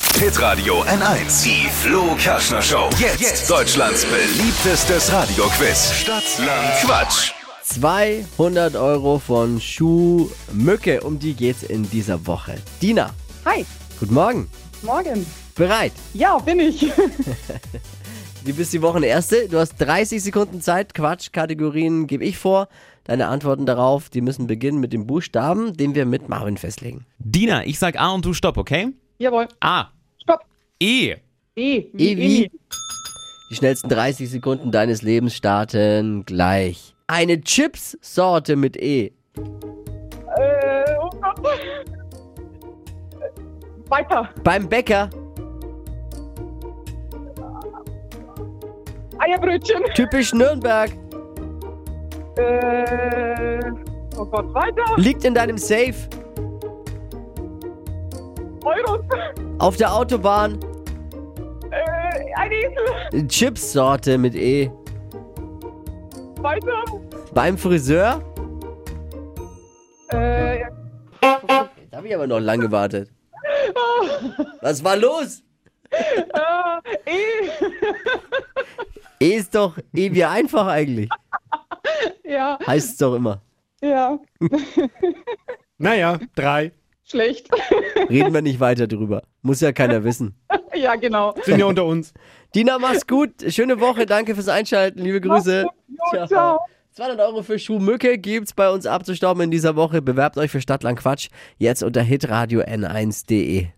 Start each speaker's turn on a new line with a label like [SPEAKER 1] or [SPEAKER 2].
[SPEAKER 1] Hitradio N1. Die Flo Kaschner Show. Jetzt, Deutschlands beliebtestes Radioquiz. Stadt, Land, Quatsch.
[SPEAKER 2] 200 Euro von Schuhmücke. Um die geht's in dieser Woche. Dina,
[SPEAKER 3] Hi,
[SPEAKER 2] guten Morgen.
[SPEAKER 3] morgen.
[SPEAKER 2] Bereit?
[SPEAKER 3] Ja, bin ich.
[SPEAKER 2] Du bist die Wochenerste. Du hast 30 Sekunden Zeit. Quatsch, Kategorien gebe ich vor. Deine Antworten darauf, die müssen beginnen mit dem Buchstaben, den wir mit Marvin festlegen.
[SPEAKER 4] Dina, ich sag A und du stopp, okay?
[SPEAKER 3] Jawohl.
[SPEAKER 4] A.
[SPEAKER 3] Stopp.
[SPEAKER 4] E.
[SPEAKER 3] E. wie
[SPEAKER 2] Evi.
[SPEAKER 3] Emmy.
[SPEAKER 2] Die schnellsten 30 Sekunden deines Lebens starten gleich. Eine Chips-Sorte mit E.
[SPEAKER 3] Äh, oh Gott. Weiter.
[SPEAKER 2] Beim Bäcker
[SPEAKER 3] Eierbrötchen.
[SPEAKER 2] typisch Nürnberg.
[SPEAKER 3] Äh, oh Gott, weiter.
[SPEAKER 2] Liegt in deinem Safe.
[SPEAKER 3] Euros.
[SPEAKER 2] Auf der Autobahn.
[SPEAKER 3] Äh, ein Esel.
[SPEAKER 2] Chips-Sorte mit E.
[SPEAKER 3] Weiter.
[SPEAKER 2] Beim Friseur.
[SPEAKER 3] Äh,
[SPEAKER 2] Da habe ich aber noch lang gewartet. Was war los?
[SPEAKER 3] äh, E.
[SPEAKER 2] E ist doch eh wie einfach eigentlich.
[SPEAKER 3] Ja,
[SPEAKER 2] Heißt es doch immer.
[SPEAKER 3] ja.
[SPEAKER 5] Naja, drei.
[SPEAKER 3] Schlecht.
[SPEAKER 2] Reden wir nicht weiter drüber. Muss ja keiner wissen.
[SPEAKER 3] Ja, genau.
[SPEAKER 5] Sind ja unter uns.
[SPEAKER 2] Dina, mach's gut. Schöne Woche. Danke fürs Einschalten. Liebe Grüße.
[SPEAKER 3] Jo, ciao.
[SPEAKER 2] 200 Euro für Schuhmücke gibt's bei uns abzustauben in dieser Woche. Bewerbt euch für Stadtland Quatsch. Jetzt unter hitradio n1.de.